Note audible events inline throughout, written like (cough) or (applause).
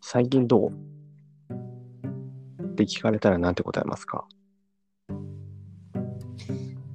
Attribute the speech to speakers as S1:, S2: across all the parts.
S1: 最近どうって聞かれたらなんて答えますか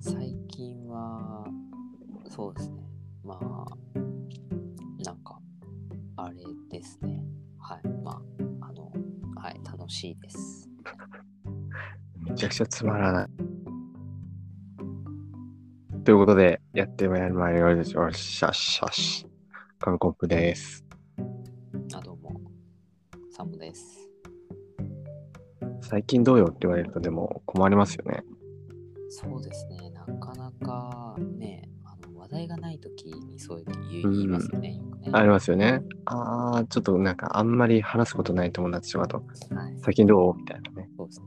S2: 最近はそうですねまあなんかあれですねはいまああのはい楽しいです
S1: めちゃくちゃつまらない。ということで、やってまいりましょう。よっしゃっしゃっし。カルコップです。
S2: あどうもサムです
S1: 最近どうよって言われるとでも困りますよね。
S2: そうですねなかなかねあの話題がない時にそういう言い
S1: うん
S2: 言いますよねよくね
S1: ありますよね。ああ、ちょっとなんかあんまり話すことない友達とかと、
S2: はい
S1: 最近どうみたいなね。
S2: そうですね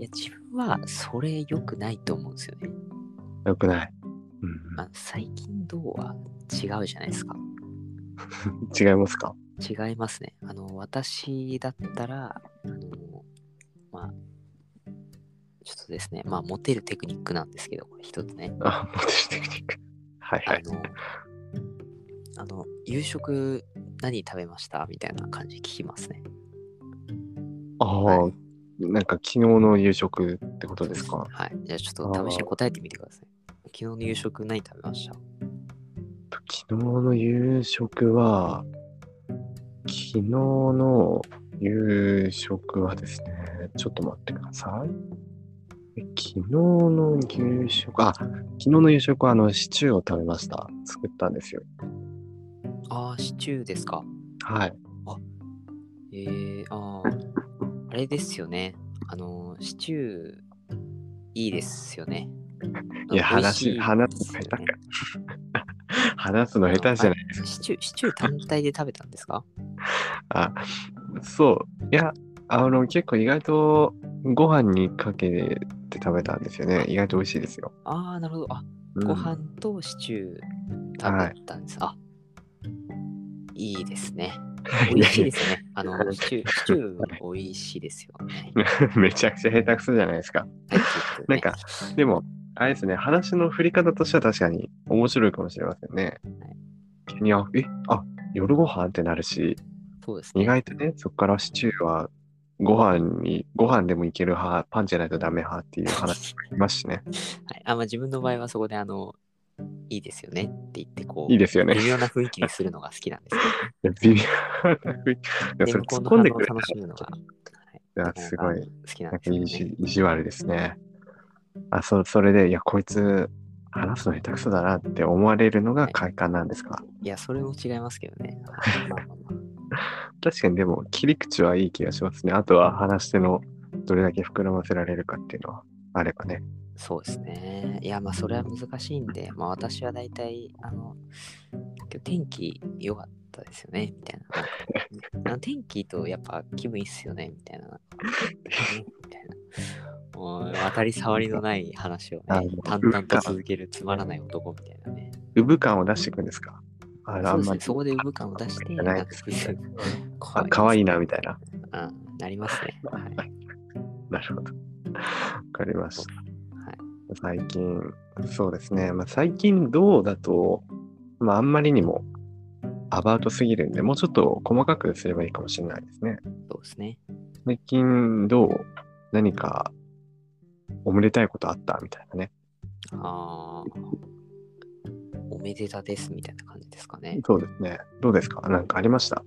S2: いや自分はそれ良くないと思うんですよね
S1: よくない。う
S2: あの最近どうは違うじゃないですか
S1: ん、違いますか
S2: 違いますね。あの、私だったら、あの、まあ、ちょっとですね、まあ、モテるテクニックなんですけど、これ一つね。
S1: あ、モテるテクニック。はいは
S2: あ
S1: い。
S2: の、あの、夕食何食べましたみたいな感じ聞きますね。
S1: ああ、
S2: は
S1: なんか昨日の夕食ってことですか
S2: はい。じゃあ、ちょっと試しに答えてみてください。昨日の夕食何食べました
S1: 昨日の夕食は、昨日の夕食はですね、ちょっと待ってください。え昨日の夕食、あ、昨日の夕食はあのシチューを食べました。作ったんですよ。
S2: あー、シチューですか。
S1: はい。 (laughs)
S2: えー、あー、あれですよね。あの、シチュー、いいですよね。
S1: いや、
S2: 美味
S1: 話、
S2: しい
S1: 話
S2: ですす
S1: の
S2: よ
S1: 下
S2: ね
S1: 手か。話すの下手じゃないです
S2: シチュー、シチュー単体で食べたんですか (laughs)
S1: か。そう。いや、あの、結構意外とご飯にかけて食べたんですよね。意外と美味しいですよ。
S2: ああ、なるほど。あ、
S1: うん
S2: ご飯とシチュー食べたんです。あ、いいです
S1: (laughs)
S2: ね。美味しいですね。あの、シチュー、シチュー美味しいですよね。
S1: (laughs) めちゃくちゃ下手くそじゃないですか。
S2: はいということで
S1: なん
S2: ね
S1: か、でも、あれですね、話の振り方としては確かに面白いかもしれませんね。急に、あ、え、あ、夜ご飯ってなるし、
S2: そうです
S1: 意
S2: ね。
S1: 外とね、そこからシチューはご飯に、ご飯でもいける派、パンじゃないとダメ派っていう話もありますしね。
S2: はい、あまあ、自分の場合はそこで、あの、いいですよねって言って、こう、
S1: いいですよね。
S2: 微妙な雰囲気にするのが好きなんですよ
S1: いや微妙な雰囲気。い
S2: (laughs)
S1: やそ
S2: ね。
S1: れ
S2: で向こ
S1: 突
S2: う
S1: っ
S2: の
S1: 込
S2: 反
S1: んで
S2: 応を
S1: くれた
S2: 楽しむのが、
S1: ら
S2: はい
S1: やすごい、
S2: 好きなん
S1: なん
S2: で
S1: か
S2: すよ
S1: 意
S2: ね。
S1: 地意地悪ですね。あ、そう、それで、いや、こいつ、話すの下手くそだなって思われるのが快感なんですか
S2: いや、それも違いますけどね。
S1: (laughs)
S2: はいまあまあまあ
S1: 確かにでも切り口はいい気がしますね。あとは話し手のどれだけ膨らませられるかっていうのはあればね。
S2: そうですね。いや、まあ、それは難しいんで、まあ、私は大体、あの、今日天気良かったですよね、みたいな。なんかあの天気とやっぱ気分いいっすよね、みたいな。ねみたいな。もう、当たり障りのない話を
S1: あ
S2: ね
S1: の、
S2: 淡々と続けるつまらない男みたいなね。
S1: ウブ感を出していくんですかあ
S2: そうですね
S1: り
S2: そこでウブ感を出して、
S1: じゃないですけど
S2: なん
S1: あ
S2: か
S1: 可愛いなみたいな。
S2: な。うん、なりますね。はい。
S1: なるほど。わかりました。
S2: はい
S1: 最近、そうですね。まあ、最近どうだと、まあ、あんまりにもアバウトすぎるんで、もうちょっと細かくすればいいかもしれないですね。
S2: そうですね。
S1: 最近どう何かおめでたいことあったみたいなね。
S2: ああ、おめでたです、みたいな感じですかね。
S1: そうですね。どうですかなんかありました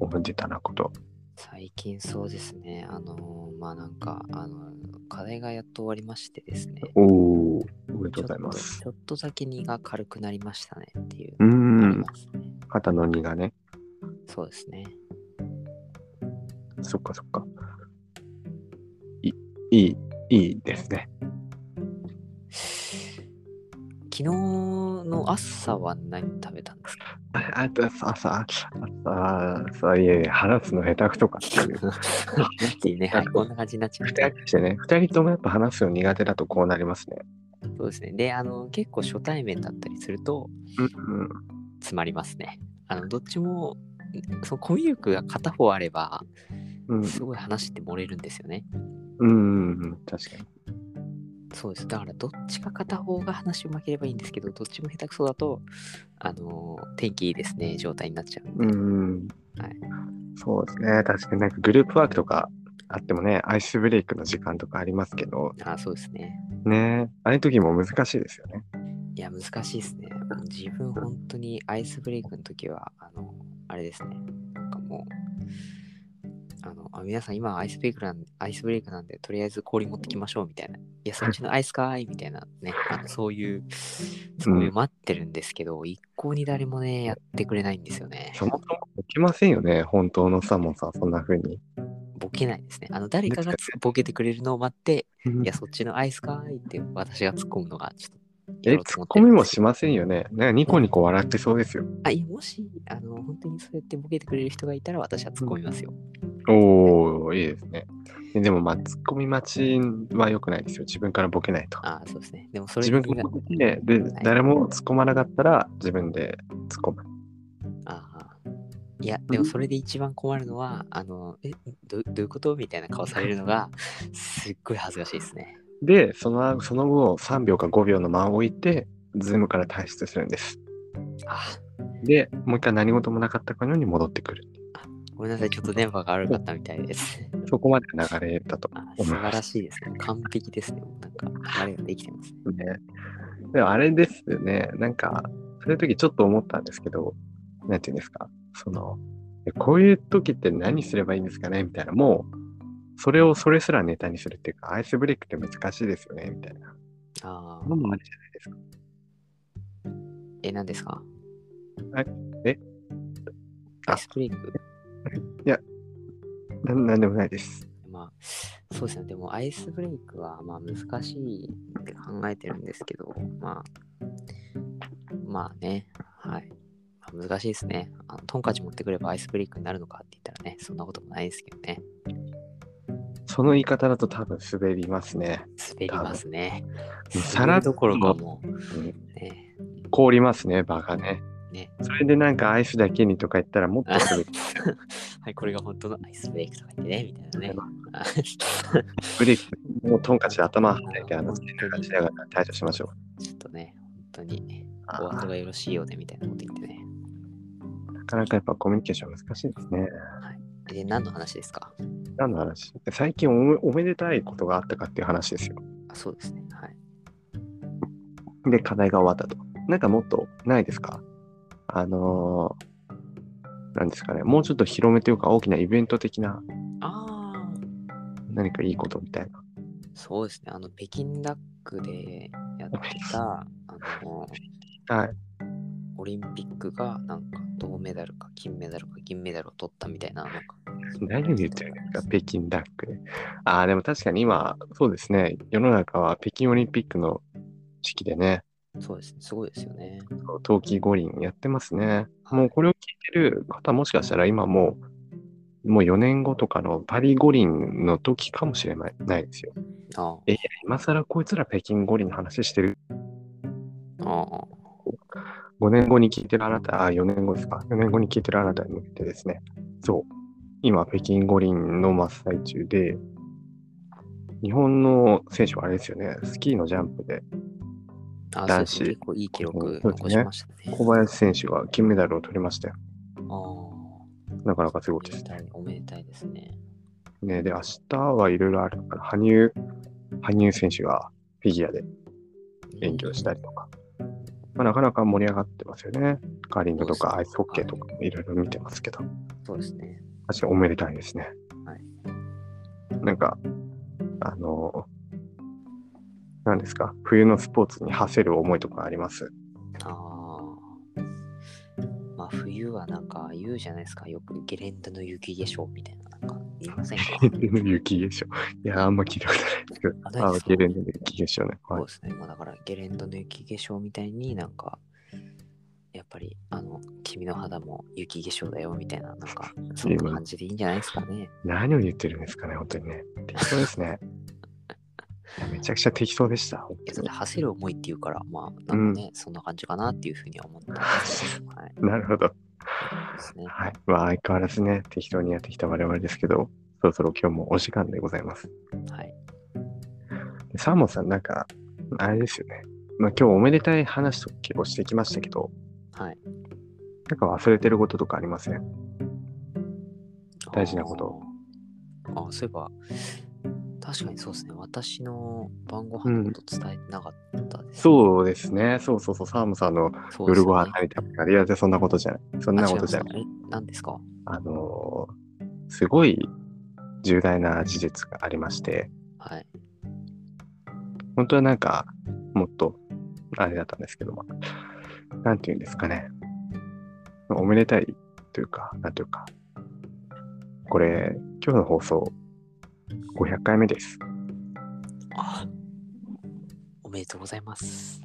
S1: おめでたなこと。
S2: 最近そうですね、あのーまあなんか、あの課題がやっと終わりましてですね、
S1: おお、おめでとうございます。
S2: ちょっとちょっとだけ荷が軽くなりましたねっていう
S1: うー
S2: のがあり
S1: ん、
S2: ますね。
S1: 肩の荷がね。
S2: そうですね。
S1: そっかそっか。いい、いい、いいですね。
S2: 昨日の朝は何食べたんですか (laughs)
S1: あ、あと、朝、朝、朝、朝、いえいえ、話すの下手くとかっていう。
S2: っていうね、はい、こんな感じになっちゃっ
S1: 二
S2: た。
S1: 人してね、二人ともやっぱ話すの苦手だとこうなりますね。 (laughs)
S2: そうですね。で、あの、結構初対面だったりすると、
S1: うん、うん。
S2: 詰まりますね。あの、どっちも、そのコミュ力が片方あれば、
S1: うん
S2: すごい話って漏れるんですよね。
S1: うん、うん、確かに。
S2: そうです。だから、どっちか片方が話うまければいいんですけど、どっちも下手くそだと、あのー天気いいですね、状態になっちゃうんで。
S1: うん。
S2: はい
S1: そうですね。確かになんかグループワークとかあってもね、アイスブレイクの時間とかありますけど、
S2: あそうですね。
S1: ね、ああいう時も難しいですよね。
S2: いや、難しいですね。もう自分、本当にアイスブレイクの時は、あの、あれですね。なんかもう、あの、あ皆さん今アイスブレイクなんアイスブレイクなんで、とりあえず氷持ってきましょうみたいな。いや、そっちのアイスかーいみたいな (laughs) ね。あのそういう、そういう待ってるんですけど、一向に誰もね、やってくれないんですよね。
S1: そもそも起きませんよね、本当のサモンさん、そんな風に。
S2: ボケないですね。あの、誰かがつボケてくれるのを待って、いや、そっちのアイスかーいって私が突っ込むのが、ちょっと。
S1: え、ツッコミもし
S2: ま
S1: ませんよね。なんかニコニコ笑ってそうですよ。
S2: あいやもしあの本当にそうやってボケてくれる人がいたら私は突っ込みますよ。
S1: おー、いいですね。えでも、まあ、ツッコミ待ちは良くないですよ。自分からボケないと。
S2: ああ、そうですね。でもそれ
S1: 自
S2: で
S1: 分
S2: 苦
S1: から
S2: 手
S1: ボケて、で、
S2: はい
S1: 誰も突っ込まなかったら、自分で突っ込む。
S2: ああいや、でもそれで一番困るのは、あの、え、どどういうことみたいな顔されるのが、すっごい恥ずかしいですね。
S1: で、そのその後、3秒か5秒の間を置いて、ズームから退出するんです。
S2: あ
S1: で、もう一回何事もなかったかのように戻ってくる。
S2: あごめんなさい、ちょっと電波が悪かったみたいです。
S1: そこまでが流れたと。
S2: あ素晴らしいですね。完璧ですね。もうなんか、あれができてますね。
S1: ね。でもあれですよね。なんか、そういう時ちょっと思ったんですけど、なんていうんですか。その、えこういう時って何すればいいんですかねみたいな。もう、それをそれすらネタにするっていうか、アイスブレイクって難しいですよねみたいな。
S2: ああ
S1: の、もあるじゃないですか。
S2: え、何ですか
S1: あえあ
S2: アイスブレイク
S1: なんなんでもないです。
S2: まあ、そうですね。でも、アイスブレイクは、まあ、難しいって考えてるんですけど、まあ、まあね、はい。まあ難しいですね。あのトンカチ持ってくればアイスブレイクになるのかって言ったらね、そんなこともないですけどね。
S1: その言い方だと多分滑りますね。
S2: 滑りますね。
S1: 分
S2: さらどころかも
S1: うん
S2: う、ね、
S1: 凍りますね、場がね。
S2: ね (laughs)
S1: それでなんかアイスだけにとか言ったらもっと滑る。
S2: はい、これが本当のアイスブレイクとか言ってね、みたいなね。 (laughs)
S1: ブレイク、もうトンカチで頭はたいて、あの、背中しながら対処しましょう。
S2: ちょっとね、本当に、お後がよろしいようでみたいなこと言ってね。
S1: なかなかやっぱコミュニケーション難しいですね。
S2: で、何の話ですか
S1: 何の話最近おめおめでたいことがあったかっていう話ですよ。
S2: あそうですね。はい。
S1: で、課題が終わったと。なんかもっとないですかあのー、なんですかね、もうちょっと広めというか大きなイベント的な
S2: ああ。
S1: 何かいいことみたいな。
S2: そうですね、あの、北京ダックでやってた、あの、
S1: はい。
S2: オリンピックが、なんか、銅メダルか金メダルか銀メダルを取ったみたいな、なんか。
S1: 何を言ってるんですか北京ダックで。ああ、でも確かに今、そうですね、世の中は北京オリンピックの時期でね、
S2: そうですね、すごいですよね。
S1: 冬季五輪やってますね。もうこれを聞いてる方もしかしたら今もう、もう4年後とかのパリ五輪の時かもしれないないですよ。
S2: あ
S1: え、今更こいつら北京五輪の話してる。
S2: あ、ああ、
S1: 5年後に聞いてるあなた、あ、4年後ですか。4年後に聞いてるあなたに向けてですね。そう。今、北京五輪の真っ最中で、日本の選手はあれですよね、スキーのジャンプで
S2: ああ
S1: 男子
S2: そうですね、結構いい記録
S1: そうです
S2: 残
S1: ね
S2: しましたね。
S1: 小林選手が金メダルを取りましたよ。
S2: あ
S1: なかなかす
S2: あ、お
S1: ごい
S2: め
S1: です
S2: でたい、おめでたいですね。
S1: ね、で、明日はいろいろあるから、羽生、羽生選手がフィギュアで勉強したりとか、まあ、なかなか盛り上がってますよね。カーリングとか
S2: そう
S1: アイ
S2: です
S1: スホッケーとかいろいろ見てますけど、
S2: うんそうですね。
S1: 確かにおめでたいですね。
S2: はい
S1: なんか、あの、何ですか、冬のスポーツに馳せる思いとかあります
S2: ああ。まあ、冬はなんか言うじゃないですか、よくゲレンデの雪化粧みたいな、なんか言いま
S1: (laughs)
S2: せんか
S1: 雪化粧。いや、あんま聞いたことないですけど、
S2: あない
S1: あ
S2: ですか
S1: ゲレンデの雪化粧ね。は
S2: そ
S1: いう
S2: ですね、まあ、だからゲレンドの雪化粧みたいになんかやっぱりあの君の肌も雪化粧だよみたいななんかそんな感じでいいんじゃないですかね。
S1: 何を言ってるんですかね、本当にね。適当です
S2: (laughs)
S1: ね。いやめちゃくちゃ適当でした。本
S2: いや
S1: 当
S2: だっ
S1: に
S2: て走る思いっていうからまあなんかね、そんな感じかなっていうふうには思った
S1: (laughs)
S2: んですけど、はい、
S1: なるほど。
S2: そうですね。
S1: はい。まあ、相変わらずね、適当にやってきた我々ですけど、そろそろ今日もお時間でございます。
S2: はい。
S1: でサーモンさん、なんか、あれですよね。まあ、今日おめでたい話と結構してきましたけど、
S2: はい。
S1: なんか忘れてることとかありません大事なこと。
S2: あ、そういえば、確かにそうですね。私の晩ご飯のこと伝えてなかったです、
S1: そうですね。そうそうそう。サームさんの
S2: そうで
S1: 夜
S2: すよね
S1: ご飯食べてから、いや、じゃあそんなことじゃない。そんなことじゃない。
S2: あ違いますかえ何ですか
S1: あのーすごい重大な事実がありまして、
S2: はい。
S1: 本当はなんか、もっと、あれだったんですけど、まあ、なんていうんですかね。おめでたいというか、なんというか、これ、今日の放送、500回目です。
S2: あおめでとうございます。